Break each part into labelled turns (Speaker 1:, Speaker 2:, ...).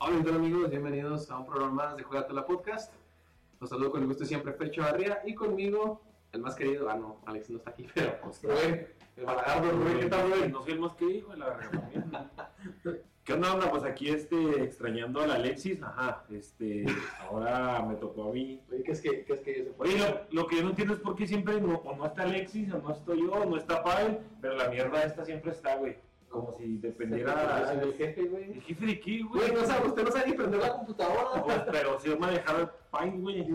Speaker 1: Hola, ¿qué tal, amigos? Bienvenidos a un programa más de Juegatela Podcast. Los saludo con el gusto siempre Fercho Barría y conmigo el más querido, ah no, Alex no está aquí, pero Rubén, el Balagardo, Rubén, ¿qué tal Rubén?
Speaker 2: No soy el más que dijo la reunión.
Speaker 3: ¿Qué onda, onda? Pues aquí este, extrañando al Alexis, ajá, este, ahora me tocó a mí.
Speaker 1: Oye, ¿qué es que, qué es que se
Speaker 3: Oye, lo, lo que yo no entiendo es por qué siempre no, o no está Alexis, o no estoy yo, o no está Pavel, pero la mierda esta siempre está, güey. Como si dependiera...
Speaker 1: el jefe, güey.
Speaker 3: ¿El jefe de qué, güey?
Speaker 1: Güey, no sabe, usted no sabe ni prender la computadora.
Speaker 3: Pues, pero si yo manejaba el pain, güey.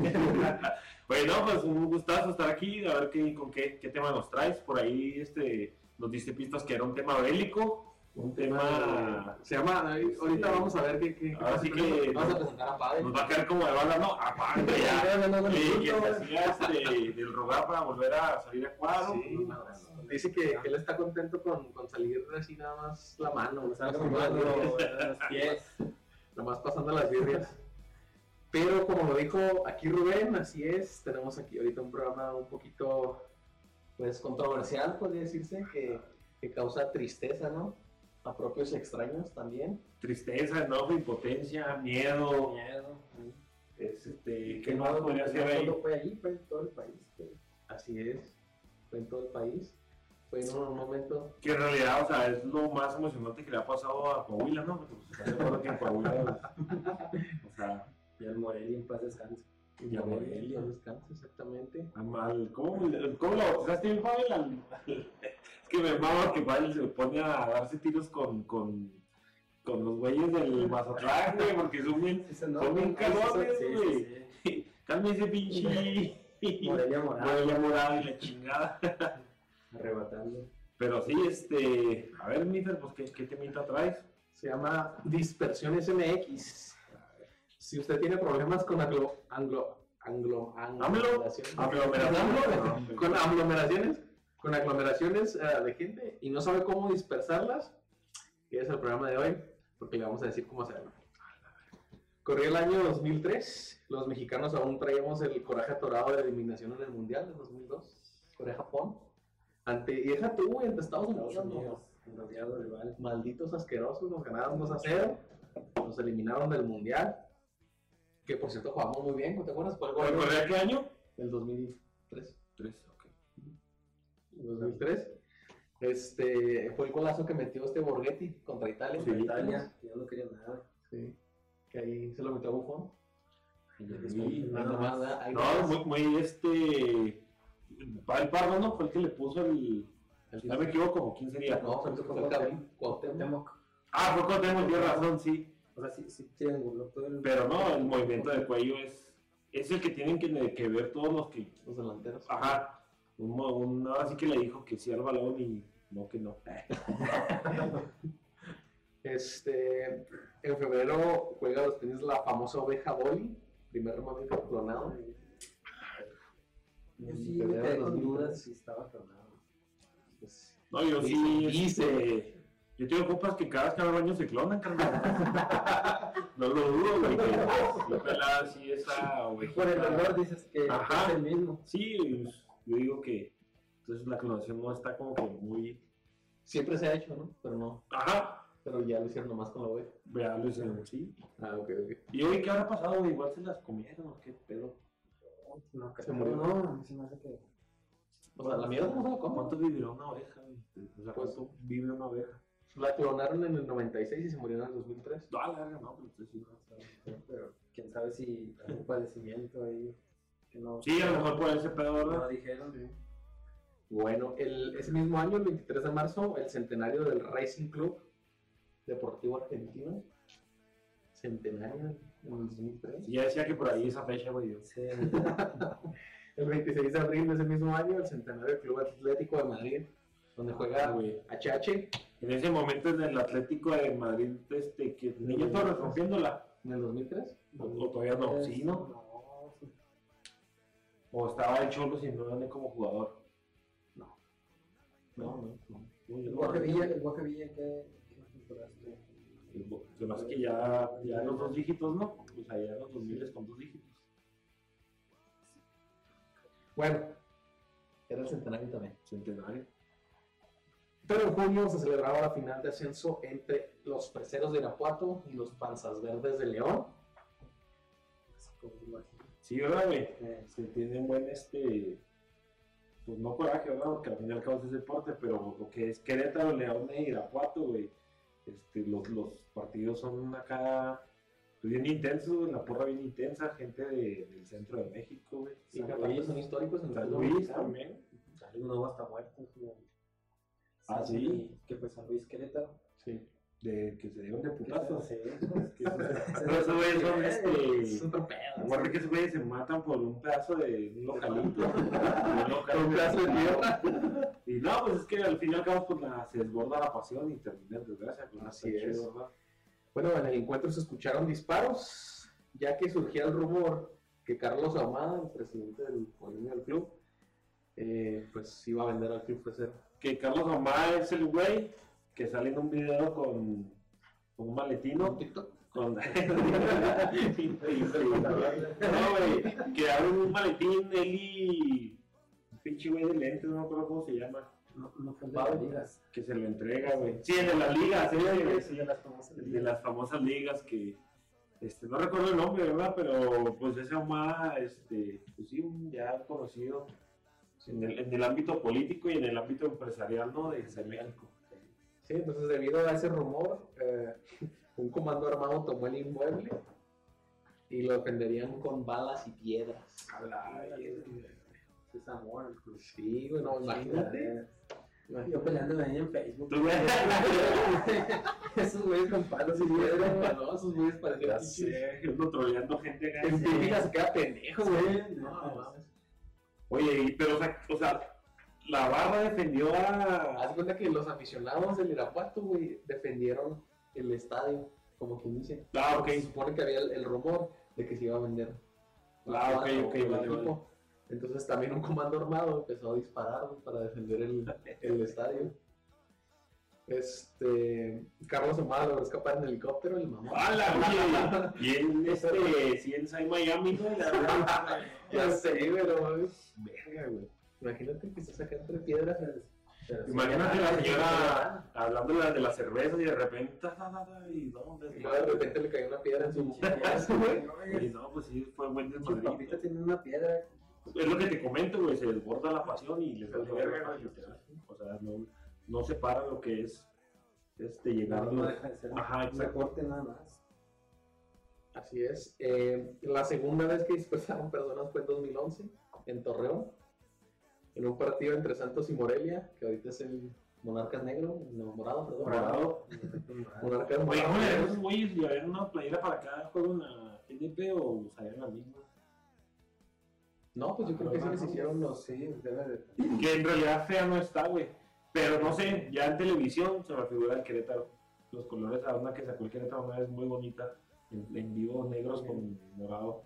Speaker 3: bueno, pues un gustazo estar aquí, a ver qué, con qué, qué tema nos traes. Por ahí este, nos diste pistas que era un tema bélico, un tema...
Speaker 1: Se llama, eh, ahorita
Speaker 3: Sí.
Speaker 1: vamos a ver qué. qué
Speaker 3: Ahora sí que-
Speaker 1: Vamos a presentar a Padre.
Speaker 3: Nos va a caer como de bala, no, aparte ya. Sí, que se hacía este, del rogar para volver a salir a cuadro.
Speaker 1: Sí, no, Dice que, que él está contento con, con salir así nada más la mano, o sea, nada más pasando- nada más pasando las birrias. Pero como lo dijo aquí Rubén, así es, tenemos aquí ahorita un programa un poquito
Speaker 4: Pues controversial, podría decirse, que, que causa tristeza, ¿no? A propios y extraños también.
Speaker 3: Tristeza, enojo, impotencia, miedo.
Speaker 4: Miedo. sí.
Speaker 3: es, este, ¿Qué más podría
Speaker 1: pues,
Speaker 3: ser
Speaker 4: No
Speaker 3: ahí?
Speaker 4: solo Fue ahí, fue en todo el país. Fue,
Speaker 1: así es.
Speaker 4: fue en todo el país. Fue en un momento.
Speaker 3: Que en realidad, o sea, es lo más emocionante que le ha pasado a Coahuila, ¿no? Porque pues, estás de acuerdo que en Coahuila, pues, o sea,
Speaker 4: Y al Morelia en paz descanse.
Speaker 3: y a Morelia.
Speaker 1: No descansa exactamente.
Speaker 3: Mal. ¿Cómo, ¿Cómo lo bautizaste bien, Pavel? Al- al- Es que me mama que Pavel se pone a darse tiros con, con, con los güeyes del Mazatlán, güey, porque son bien...
Speaker 4: Ese no,
Speaker 3: Son bien
Speaker 4: no,
Speaker 3: calones,
Speaker 4: sí, sí,
Speaker 3: güey.
Speaker 4: sí,
Speaker 3: Cálmese, pinche...
Speaker 4: sí. Morelia morada,
Speaker 3: Morelia morada y la chingada.
Speaker 4: arrebatando.
Speaker 3: Pero sí, este... A ver, Mister, pues, ¿qué, qué temita traes?
Speaker 1: Se llama Dispersiones MX. Si usted tiene problemas con anglo, anglo, anglo, aglomeraciones-
Speaker 3: Aglomeración.
Speaker 1: con aglomeraciones, con aglomeraciones eh, de gente y no sabe cómo dispersarlas, que es el programa de hoy, porque le vamos a decir cómo hacerlo. Corría el año 2003, los mexicanos aún traíamos el coraje atorado de la eliminación en el Mundial de 2002, Corea-Japón. Ante, y deja tú, güey, ante Estados Unidos.
Speaker 4: Estados
Speaker 1: ¿no?
Speaker 4: Unidos, rodeado de rival.
Speaker 1: malditos asquerosos, nos ganaron 2 a 0, nos eliminaron del mundial, que por cierto jugamos muy bien, ¿te acuerdas? Fue el gol del-
Speaker 3: ¿Recuerda qué año?
Speaker 1: del 2003,
Speaker 3: Tres, ok.
Speaker 1: 2003, este, fue el golazo que metió este Borghetti contra Italia,
Speaker 3: Sí.
Speaker 4: Italia, que ya no quería nada.
Speaker 1: Sí, que ahí se lo metió a Buffon,
Speaker 3: Sí,
Speaker 1: Ahí
Speaker 3: nada más.
Speaker 1: nomás, ¿verdad? Ahí
Speaker 3: No,
Speaker 1: nomás.
Speaker 3: muy, muy este... Pavel Pardo, ¿no? Fue el que le puso el... Si no me equivoco, ¿quién sería?
Speaker 1: no, fue fue Cabrín, Cuauhtémoc.
Speaker 4: Temoc.
Speaker 3: Ah, fue Cuauhtémoc, tiene razón, sí.
Speaker 4: O sea, sí, sí, trianguló todo el.
Speaker 3: Pero no, el movimiento del cuello es, es el que tienen que, que ver todos los que...
Speaker 1: los delanteros.
Speaker 3: Ajá, un, mo- un- ahora sí que le dijo que sí al balón y no que no.
Speaker 1: Este, en febrero juega los tenis la famosa oveja Boli, primer mamífero clonado.
Speaker 4: Yo sí me quedé con dudas si estaba clonado.
Speaker 1: Pues,
Speaker 3: No, yo sí...
Speaker 1: Dice.
Speaker 3: este, yo tengo compas que cada vez que van al baño se clonan, carnal. no lo dudo, güey. que Lo pela así esa ovejita.
Speaker 4: Por el olor dices que
Speaker 3: Ajá.
Speaker 4: es el mismo.
Speaker 3: Sí, pues, yo digo que... Entonces la clonación no está como que muy...
Speaker 1: siempre se ha hecho, ¿no? Pero no,
Speaker 3: Ajá,
Speaker 1: pero ya lo hicieron nomás con la oveja.
Speaker 3: vea, lo hicieron, sí.
Speaker 1: Ah, ok, ok.
Speaker 3: Y hoy, ¿qué habrá pasado? güey? Igual se las comieron, ¿o qué pedo.
Speaker 4: No, que
Speaker 1: Se murió.
Speaker 4: No, a mí se me hace que.
Speaker 1: O sea, la mierda no se la comen.
Speaker 3: ¿Cuánto vivirá una oveja? güey? O sea,
Speaker 1: Pues-
Speaker 3: ¿cuánto vive una oveja?
Speaker 1: La clonaron en el 96 y se murieron en el 2003.
Speaker 3: No, a Ah, la verga, no, pero entonces sí, no.
Speaker 4: Pero quién sabe si algún padecimiento ahí. Que no,
Speaker 3: Sí, a lo mejor por ese pedo,
Speaker 4: no
Speaker 3: ¿verdad?
Speaker 4: dijeron.
Speaker 1: Bueno, el- ese mismo año, el 23 de marzo, el centenario del Racing Club Deportivo Argentino. Centenario en el 2003.
Speaker 3: Sí, ya decía que por ahí esa fecha, güey. yo-
Speaker 4: Sí,
Speaker 1: El 26 de abril de ese mismo año, el centenario del Club Atlético de Madrid, donde
Speaker 3: Ah,
Speaker 1: juega
Speaker 3: güey.
Speaker 1: HH
Speaker 3: En ese momento en el Atlético de Madrid, este, que niño todo rompiéndola.
Speaker 1: en el 2003.
Speaker 3: O, o todavía no, sí, ¿no?
Speaker 4: No, sí.
Speaker 3: O estaba el Cholo sin no como jugador.
Speaker 1: No.
Speaker 3: No, no, no.
Speaker 4: El Guajevilla, el Guajevilla, ¿qué, qué temporada estuvo?
Speaker 3: El Bo- que pasa es que ya, ya los dos dígitos no, pues allá los 2000 es con dos dígitos.
Speaker 1: Bueno,
Speaker 4: Era el centenario también.
Speaker 3: Centenario.
Speaker 1: pero en junio
Speaker 4: Se celebraba la final de ascenso entre los Peceros de Irapuato y los Panzas Verdes de León.
Speaker 3: Sí, ¿verdad, güey? Eh, Se tiene un buen, este, pues no coraje, ¿verdad? Porque al final causa es deporte, pero lo que es Querétaro, León e Irapuato, güey, este, los, los partidos son acá pues, bien intensos, güey, la porra bien intensa, gente de- del centro de México, güey.
Speaker 4: Y
Speaker 3: San
Speaker 4: capaz
Speaker 3: Luis,
Speaker 4: son históricos en el
Speaker 3: San
Speaker 4: fútbol
Speaker 3: Luis
Speaker 4: mexicano.
Speaker 3: también.
Speaker 5: San Luis no hasta muerto. güey.
Speaker 3: Ah,
Speaker 5: San
Speaker 3: ¿sí?
Speaker 5: Luis, Que fue San Luis Querétaro.
Speaker 3: Sí. De, que se dieron de
Speaker 5: Que
Speaker 3: putazos.
Speaker 5: se-
Speaker 3: Que esos- Pero esos güeyes son,
Speaker 4: Es
Speaker 3: este...
Speaker 4: otro pedo.
Speaker 3: Acuérdate que esos güeyes se matan por un pedazo de un localito. un local
Speaker 1: Un pedazo de tierra.
Speaker 3: Y no, pues es que al final acabamos pues la, se desborda la pasión y termina en desgracia. pues,
Speaker 1: Así
Speaker 3: está
Speaker 1: es.
Speaker 3: ¿verdad?
Speaker 1: Bueno, en el encuentro se escucharon disparos, ya que surgía el rumor que Carlos Ahumada, el presidente del dueño del club, eh, pues iba a vender al club fresero.
Speaker 3: Que Carlos Amá es el güey que sale en un video con, con un maletino.
Speaker 1: TikTok?
Speaker 3: Con... no, güey, que abre un maletín él y un pinche güey de lentes, no me acuerdo cómo se llama.
Speaker 5: No, no fue el de
Speaker 4: Pablo.
Speaker 5: las ligas.
Speaker 3: Que se lo entrega, güey. Sí, el de las ligas, sí, güey.
Speaker 5: Sí, ya las famosas
Speaker 3: el de
Speaker 5: ligas.
Speaker 3: las famosas ligas que este, no recuerdo el nombre, ¿verdad? Pero pues ese Omar, este, pues sí, un ya conocido pues, en el, en el ámbito político y en el ámbito empresarial, ¿no? De, de México.
Speaker 1: Sí, entonces debido a ese rumor, eh, un comando armado tomó el inmueble y lo defenderían
Speaker 4: Con balas y piedras.
Speaker 5: Es amor, el club.
Speaker 1: pues, Sí, güey, no, imagínate.
Speaker 5: Yo peleando ahí en Facebook.
Speaker 3: Tú, güey.
Speaker 5: Esos güeyes con palos y piedras.
Speaker 1: Piedra, ¿no? Esos güeyes parecían
Speaker 3: Ya
Speaker 1: pinches-
Speaker 3: sé, ando troleando gente acá.
Speaker 1: En Pipila se queda pendejo, güey.
Speaker 5: No, mames.
Speaker 3: Oye, y- pero o sea, o sea, la barra defendió a...
Speaker 1: Haz de cuenta que los aficionados del Irapuato, güey, defendieron el estadio, como quien dice.
Speaker 3: Ah, ok.
Speaker 1: Se supone que había el, el rumor de que se iba a vender.
Speaker 3: Ah, ok, ok,
Speaker 1: el
Speaker 3: vale,
Speaker 1: equipo. Entonces también un comando armado empezó a disparar güey, para defender el, el estadio. Este, Carlos Omar logró escapar en helicóptero, el mamón.
Speaker 3: ¡Hala, güey! Y en este, si en Sai Miami, ¿no? La verdad,
Speaker 1: Ya sé, pero güey,
Speaker 3: verga, güey.
Speaker 1: imagínate que se saca entre piedras.
Speaker 5: Pero sí,
Speaker 3: Imagínate la señora hablando de la, de la cerveza y de repente. ta, ta, ta, ta, y no,
Speaker 1: Y luego de repente le cayó una piedra en su
Speaker 5: sí,
Speaker 1: mujer.
Speaker 5: güey.
Speaker 3: Y no, pues sí, fue buen
Speaker 5: Pinche
Speaker 3: desmadrito.
Speaker 5: papita tiene una piedra.
Speaker 3: Es lo que te comento, güey, se desborda la pasión y les vale verga, ¿no? Literal. O sea, no, no separa lo que es este, llegar
Speaker 5: No,
Speaker 3: a
Speaker 5: no
Speaker 3: los-
Speaker 5: deja de ser un
Speaker 3: Ajá, exacto.
Speaker 5: recorte nada más.
Speaker 1: Así es. Eh, la segunda vez que dispersaron personas fue en 2011, en Torreón, en un partido entre Santos y Morelia, que ahorita es el Monarcas Negro, no, Morado, perdón.
Speaker 3: Morado.
Speaker 1: Monarcas
Speaker 3: Oye, ¿cómo le
Speaker 1: Morado.
Speaker 5: pues
Speaker 3: harán esos güeyes llevar una playera para cada juego en la NP o salían la misma?
Speaker 1: No, pues yo creo que sí les hicieron los...
Speaker 5: Sí, debe de.
Speaker 3: Que en realidad fea no está, güey. Pero no sé, ya en televisión se me figura el Querétaro. Los colores, la onda que sacó el Querétaro una vez muy bonita. En, en vivo, negros con morado.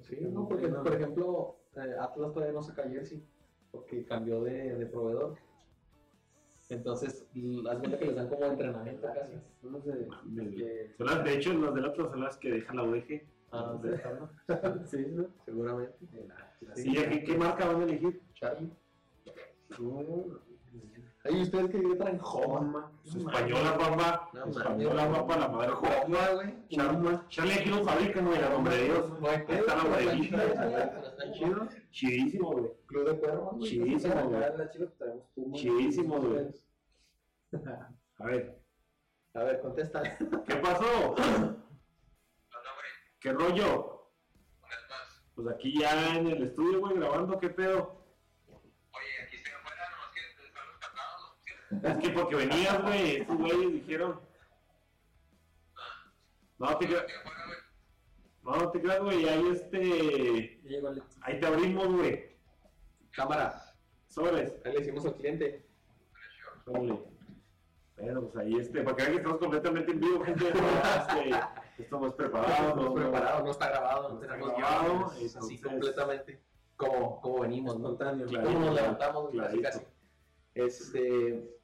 Speaker 1: Sí, no, porque por ejemplo, eh, Atlas todavía no saca jersey, porque cambió de, de proveedor. Entonces, l- haz cuenta que les dan como entrenamiento casi.
Speaker 5: Unos de.
Speaker 3: Mames, güey.
Speaker 5: que-
Speaker 3: Son las, de hecho, las del Atlas son las que deja la E UDG.
Speaker 1: Ah,
Speaker 3: Sí.
Speaker 5: Sí, ¿no?
Speaker 1: seguramente.
Speaker 3: ¿Y ya qué, qué marca van a elegir?
Speaker 1: Charlie.
Speaker 5: No,
Speaker 1: Ay, ¿y ustedes que traen Joma.
Speaker 3: Pues española, papá.
Speaker 1: No mames.
Speaker 3: española, papá, la madre joven.
Speaker 1: Joma, güey.
Speaker 3: Charma. Charlie aquí lo fabrican, güey, al hombre de Dios.
Speaker 1: No hay
Speaker 3: Ahí está la
Speaker 1: pedo, pero
Speaker 3: maravilla.
Speaker 1: están chidos, pero están chidos.
Speaker 3: Chidísimo, güey.
Speaker 1: Club de cuervos, güey.
Speaker 3: Chidísimo, güey.
Speaker 5: la chica que traemos Puma.
Speaker 3: Chidísimo, güey. A ver,
Speaker 1: A ver, contesta.
Speaker 3: ¿qué pasó? ¿Qué rollo?
Speaker 6: ¿Dónde estás?
Speaker 3: Pues aquí ya en el estudio, güey, grabando, ¿qué pedo?
Speaker 6: Oye, aquí estoy afuera, nomás que están los candados, los pusieron.
Speaker 3: Es que porque venías, güey, estos güeyes dijeron. No te creas,
Speaker 6: Estoy afuera, güey.
Speaker 3: no, no te creas, güey, ahí este.
Speaker 5: Ya llegó Alex.
Speaker 3: Ahí te abrimos, güey.
Speaker 1: Cámara.
Speaker 3: Sobres.
Speaker 1: Ahí le decimos al cliente.
Speaker 3: Órale. Bueno, pues ahí este, para que vean que estamos completamente en vivo, gente. no, este, estamos preparados,
Speaker 1: no,
Speaker 3: no,
Speaker 1: preparado, no está grabado, no
Speaker 3: No está
Speaker 1: tenemos
Speaker 3: grabado,
Speaker 1: guión. es Así
Speaker 3: entonces-
Speaker 1: completamente. Como, como venimos, ¿no?
Speaker 5: Espontáneo.
Speaker 3: Claro.
Speaker 1: Como nos levantamos, güey, casi,
Speaker 3: Clarito.
Speaker 1: casi. Este.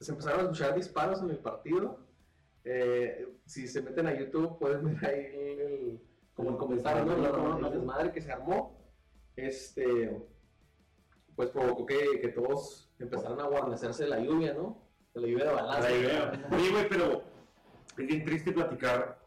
Speaker 1: Se empezaron a escuchar disparos en el partido. Eh, si se meten a YouTube, pueden ver ahí el, el- como el comentario, ¿no? La, la- la desmadre que se armó. Este, pues provocó que, que todos empezaran a guarnecerse de la lluvia, ¿no? De la lluvia de balas.
Speaker 3: Ahí veo. Oye, güey, pero es bien triste platicar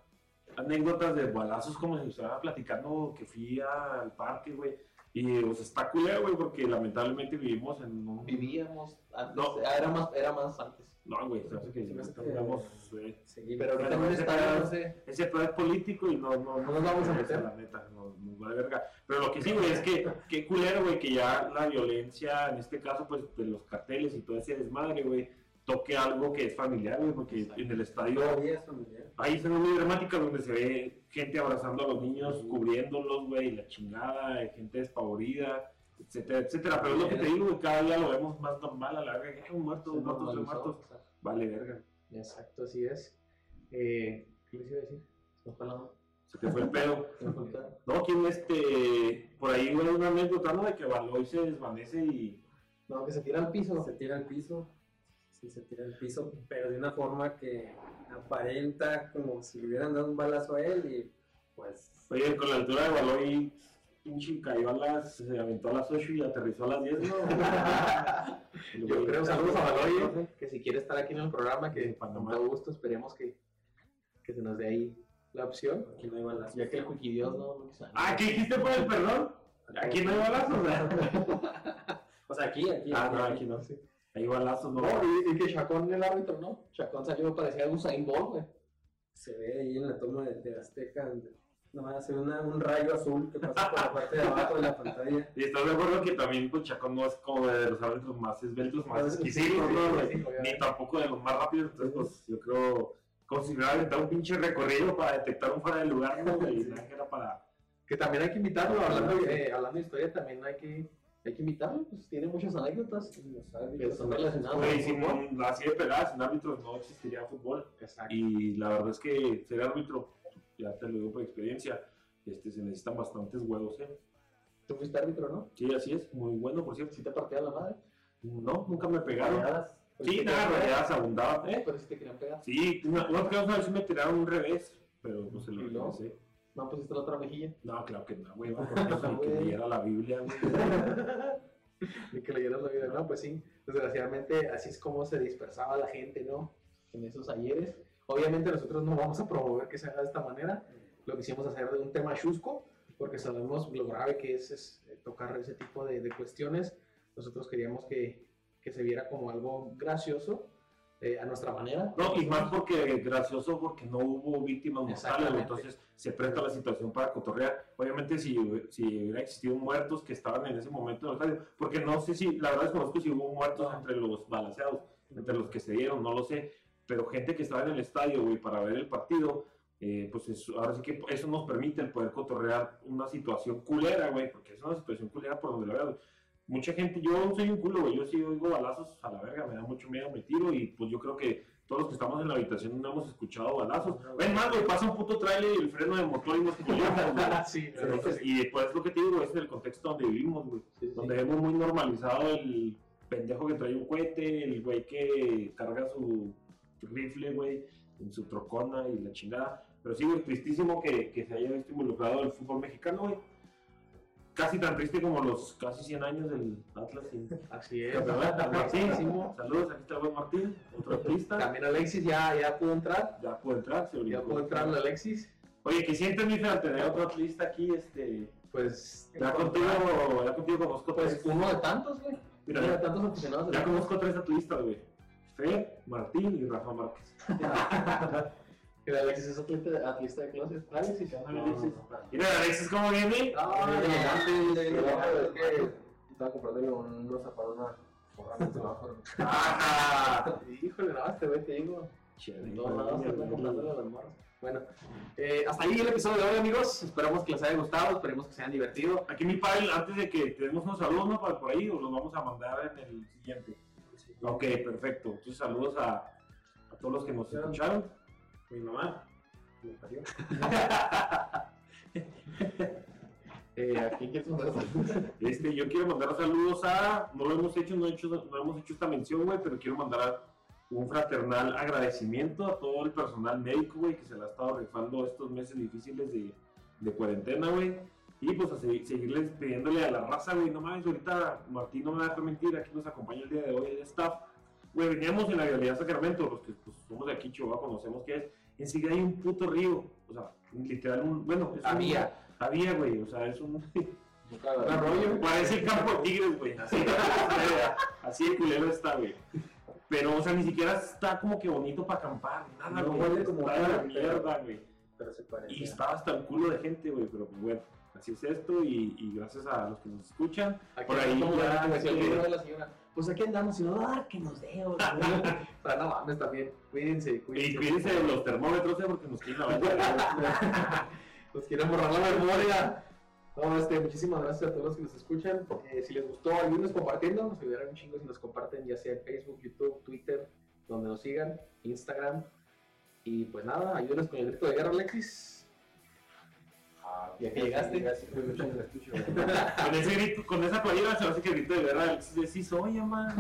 Speaker 3: anécdotas de balazos como si estaba platicando que fui al parque, güey. Y, o sea, está culero, güey, porque lamentablemente vivimos en un...
Speaker 4: Vivíamos antes,
Speaker 3: No.
Speaker 4: ah, era, más, era más antes.
Speaker 3: No, güey, sabes que
Speaker 5: Se me hace que-
Speaker 3: estamos, eh,
Speaker 1: Pero ahorita no
Speaker 3: Ese
Speaker 1: está,
Speaker 3: pedo-
Speaker 1: no sé.
Speaker 3: ese pedo es político y no, no,
Speaker 1: No nos vamos a meter.
Speaker 3: La neta, no, nos va de verga. Pero lo que sí, güey, es que qué culero, güey, que ya la violencia, en este caso, pues, de los carteles y todo ese desmadre, güey, toque algo que es familiar, güey, porque en el estadio
Speaker 5: Todavía es familiar.
Speaker 3: hay escenas muy dramáticas donde se ve gente abrazando a los niños, cubriéndolos, güey, y la chingada, eh, gente despavorida, etcétera, etcétera. Pero es lo que te digo, güey, cada día lo vemos más normal a la verga. Hay un muerto,
Speaker 4: Se
Speaker 3: un muerto, tres
Speaker 4: normalizó.
Speaker 3: muertos. Vale, verga.
Speaker 1: Exacto, así es. Eh, ¿Qué les iba a decir?
Speaker 4: Se fue la-
Speaker 3: Se te fue el pedo.
Speaker 4: se fue el pedo.
Speaker 3: No, quien este. Por ahí güey, una anécdota, ¿no? De que Valoy se desvanece y.
Speaker 1: No, que se tira al piso.
Speaker 5: Se tira al piso. Sí, se tira al piso, pero de una forma que aparenta como si le hubieran dado un balazo a él y pues...
Speaker 3: Oye, con la altura de Valoy, pinche cayó a las. Se aventó a las 8 y aterrizó a las 10, ¿no?
Speaker 1: Yo creo, saludos a Valoy, que si quiere estar aquí en el programa,
Speaker 3: De
Speaker 1: que con
Speaker 3: Panamá.
Speaker 1: todo gusto esperemos que, que se nos dé ahí la opción.
Speaker 5: Aquí no hay balazo.
Speaker 4: Ya que el Cuquidios no, no quiso.
Speaker 3: Ah, ¿qué dijiste por el perdón? Aquí no hay balazos, ¿verdad?
Speaker 5: O sea, aquí, aquí.
Speaker 3: Ah, no, aquí no. Hay balazos, no.
Speaker 1: No, y, y que Chacón el árbitro, ¿no?
Speaker 4: Chacón salió, parecía un Usain Bolt, güey.
Speaker 5: Se ve ahí en la toma de, de Azteca, donde nomás se ve una- un rayo azul que pasa por la parte de abajo de la pantalla.
Speaker 3: Y estás de acuerdo que también pues, Chacón no es como de los árbitros más esbeltos, más exquisitos, ¿no? güey? ni tampoco de los más rápidos, entonces pues yo creo considerar aventar un pinche recorrido para detectar un fuera de lugar, ¿no? güey? Nada que era para...
Speaker 1: Que también hay que invitarlo, hablando, de- hablando de historia, también hay que, hay que invitarlo, pues tiene muchas anécdotas
Speaker 5: Los
Speaker 1: que
Speaker 5: árbitros
Speaker 1: son relacionadas con
Speaker 3: Güey,
Speaker 1: el
Speaker 3: sin
Speaker 1: fútbol.
Speaker 3: un- así de peladas, sin árbitros no existiría fútbol.
Speaker 1: Exacto.
Speaker 3: Y la verdad es que ser árbitro, ya te lo digo por experiencia, este, se necesitan bastantes huevos, ¿eh?
Speaker 1: Tú fuiste árbitro, ¿no?
Speaker 3: Sí, así es, muy bueno, por cierto.
Speaker 1: Sí te partían la madre.
Speaker 3: No, nunca me pegaron.
Speaker 4: Rayadas, pero
Speaker 3: Sí,
Speaker 4: te
Speaker 3: nada,
Speaker 4: querían
Speaker 3: rayadas abundaba,
Speaker 4: pegar,
Speaker 3: ¿eh?
Speaker 4: Pero sí Pues, te querían pegar.
Speaker 3: Sí, una, una vez una vez me tiraron un revés, pero no se lo
Speaker 1: ¿Y luego?
Speaker 3: alcancé.
Speaker 4: No, pues esta es la otra mejilla.
Speaker 3: No, claro que no, güey, porque
Speaker 4: Güey.
Speaker 3: que leyera la Biblia, güey.
Speaker 1: Y que leyeras la vida. No, pues sí, desgraciadamente así es como se dispersaba la gente, ¿no? En esos ayeres. Obviamente nosotros no vamos a promover que se haga de esta manera. Lo quisimos hacer de un tema chusco, porque sabemos lo grave que es, es, eh, tocar ese tipo de, de cuestiones. Nosotros queríamos que, que se viera como algo gracioso, eh, a nuestra manera.
Speaker 3: No, y más porque gracioso porque no hubo víctimas mortales,
Speaker 1: Exactamente.
Speaker 3: entonces se presta la situación para cotorrear. Obviamente si, hub- si hubiera existido muertos que estaban en ese momento en el estadio, porque no sé si, la verdad desconozco si hubo muertos entre los balanceados, entre los que se dieron, no lo sé, pero gente que estaba en el estadio, güey, para ver el partido, eh, pues eso- ahora sí que eso nos permite el poder cotorrear una situación culera, güey, porque es una situación culera por donde lo veas, güey. Mucha gente, yo soy un culo, güey, yo sí oigo balazos a la verga, me da mucho miedo, me tiro y pues yo creo que todos los que estamos en la habitación no hemos escuchado balazos. Ven más, güey, pasa un puto trailer y el freno de motor y nos culiamos, güey.
Speaker 1: sí, la neta,
Speaker 3: Entonces, y después lo que te digo es el contexto donde vivimos, güey.
Speaker 1: sí, sí.
Speaker 3: Donde vemos muy normalizado el pendejo que trae un cohete, el güey que carga su rifle, güey, en su trocona y la chingada. Pero sí, güey, tristísimo que, que se haya visto involucrado el fútbol mexicano, güey. Casi tan triste como los casi 100 años del Atlas. y-
Speaker 1: Así es.
Speaker 3: ¿Verdad? Martín,
Speaker 1: Martín.
Speaker 3: saludos, aquí está el buen Martín, otro artista.
Speaker 1: También Alexis ya, ya pudo entrar.
Speaker 3: Ya puedo entrar, se
Speaker 1: Ya
Speaker 3: brincó.
Speaker 1: pudo entrar la Alexis.
Speaker 3: Oye, que sientes mi al tener otro atlista aquí, este.
Speaker 1: Pues
Speaker 3: Ya contigo, ya contigo conozco
Speaker 4: Pues
Speaker 3: tres.
Speaker 4: uno de tantos, güey. Uno de
Speaker 3: Mira,
Speaker 4: tantos aficionados.
Speaker 3: ya conozco tres atlistas, güey. Fer, Martín y Rafa Márquez.
Speaker 4: El Alexis es atleta, atlista de clases. Alexis, ya no, Alexis.
Speaker 3: Mira, Alexis, ¿cómo viene?
Speaker 5: Estaba comprándole unos zapatos, una porra de trabajo.
Speaker 3: ¡Ajá!
Speaker 1: Híjole, nada más te voy, te digo. En todos lados te están comprando las morras. Bueno, eh, hasta ahí el episodio de hoy, amigos. Esperamos que les haya gustado, esperemos que se hayan divertido.
Speaker 3: Aquí mi padre, antes de que tenemos unos saludos ¿no? para por ahí, o los vamos a mandar en el siguiente. Ok, perfecto. Entonces, saludos a, a todos los que nos escucharon. Mi mamá.
Speaker 5: Me parió.
Speaker 1: Eh, ¿A quién quieres mandar saludos?
Speaker 3: Este, yo quiero mandar saludos a. No lo hemos hecho, no, he hecho, no hemos hecho esta mención, güey, pero quiero mandar un fraternal agradecimiento a todo el personal médico, güey, que se la ha estado rifando estos meses difíciles de, de cuarentena, güey. Y pues a se- seguirles pidiéndole a la raza, güey, no mames, ahorita Martín no me va a dejar mentir, aquí nos acompaña el día de hoy el staff. Güey, veníamos en la Vialidad Sacramento, los que pues, somos de aquí, Chihuahua, conocemos qué es. Enseguida hay un puto río, o sea, literal, un, bueno, es un-
Speaker 1: Había.
Speaker 3: había, güey, o sea, es un,
Speaker 1: Un arroyo.
Speaker 3: Parece el campo de tigres, güey. Así, así de culero está, güey. Pero, o sea, ni siquiera está como que bonito para acampar, nada,
Speaker 5: No
Speaker 3: güey.
Speaker 5: huele como
Speaker 3: está de la
Speaker 5: nada,
Speaker 3: mierda, güey.
Speaker 5: pero se parece.
Speaker 3: Y estaba hasta el culo de gente, güey, pero pues, bueno, así es esto y, y gracias a los que nos escuchan.
Speaker 1: Aquí
Speaker 3: Por ahí
Speaker 1: como
Speaker 3: ya,
Speaker 1: la-
Speaker 3: que
Speaker 1: decía
Speaker 3: sí.
Speaker 1: el video de la señora.
Speaker 4: Pues aquí andamos, si no, ah, que nos deo.
Speaker 1: O sea, no mames también. Cuídense, cuídense.
Speaker 3: Y cuídense de los termómetros, eh, porque nos quieren aventar.
Speaker 1: Nos quieren borrar la memoria. No, este, muchísimas gracias a todos los que nos escuchan. Eh, si les gustó, ayúdenos compartiendo. Nos ayudarán un chingo si nos comparten, ya sea en Facebook, YouTube, Twitter, donde nos sigan, Instagram. Y pues nada, ayúdenos con el grito de guerra, Alexis.
Speaker 4: Ah, Ya que llegaste.
Speaker 3: con ese grito, con esa playera se hace que el grito de guerra Alexis de sí soy, man.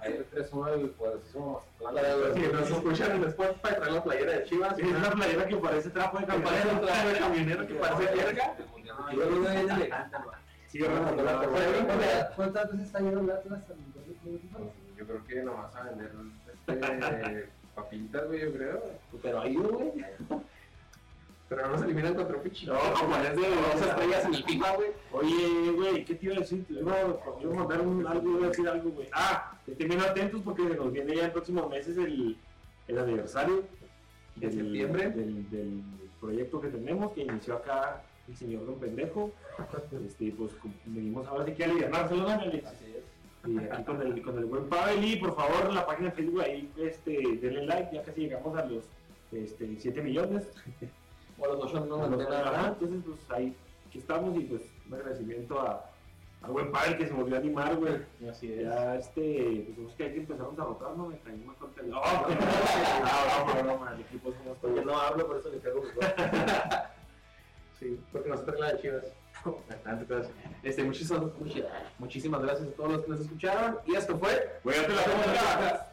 Speaker 2: Ahí tres uno del poderosísimo Mazatlán.
Speaker 1: Para los que nos escuchan en Spotify, traer la playera de Chivas.
Speaker 3: Es una playera que parece trapo de
Speaker 1: Parece un
Speaker 3: campaña.
Speaker 1: traje de camionero que parece verga.
Speaker 2: El mundial no hay.
Speaker 5: Yo lo veo bien elegante, ¿no?
Speaker 3: Sí, ¿verdad?
Speaker 5: ¿Cuántas veces está yendo el Atlas al Mundial de Clubes?
Speaker 2: Pues, Yo creo que nomás a vender este, papitas, güey, yo creo.
Speaker 4: Pero ahí, güey.
Speaker 1: Pero no nos eliminan contra Pichi.
Speaker 3: No, como pues, es de
Speaker 1: Dos
Speaker 3: dos
Speaker 1: estrellas en el FIFA, güey.
Speaker 3: Oye, güey, ¿qué te iba a decir? Te iba a, te iba a mandar un, algo, iba a decir algo, güey. Ah, estén bien atentos porque se nos viene ya en próximos meses el, el aniversario
Speaker 1: De septiembre.
Speaker 3: Del, del proyecto que tenemos, que inició acá el señor Don Pendejo. Este, pues cum- venimos ahora sí que a alivianárselo, ¿no, Alex?
Speaker 5: Así es.
Speaker 3: Y aquí con el, con el buen Pavel y por favor la página de Facebook ahí este, denle like, ya casi llegamos a los este, 7 millones.
Speaker 4: O los ocho no nos
Speaker 3: Ajá,
Speaker 4: nada.
Speaker 3: entonces pues ahí que estamos y pues un agradecimiento a, al buen padre que se volvió a animar, güey.
Speaker 4: Así es.
Speaker 3: Ya este, pues es que hay que empezarnos a rotar, ¿no? Me caí más contento. No, no, no, no, no, no, el equipo somos
Speaker 4: Porque
Speaker 3: todos.
Speaker 4: no hablo, por eso le pego mi
Speaker 1: Sí, porque nos trae la de Chivas. Tanto que hace. Este, muchísimas, muchísimas gracias a todos los que nos escucharon. Y esto fue.
Speaker 3: Güey, ya te la tengo acá.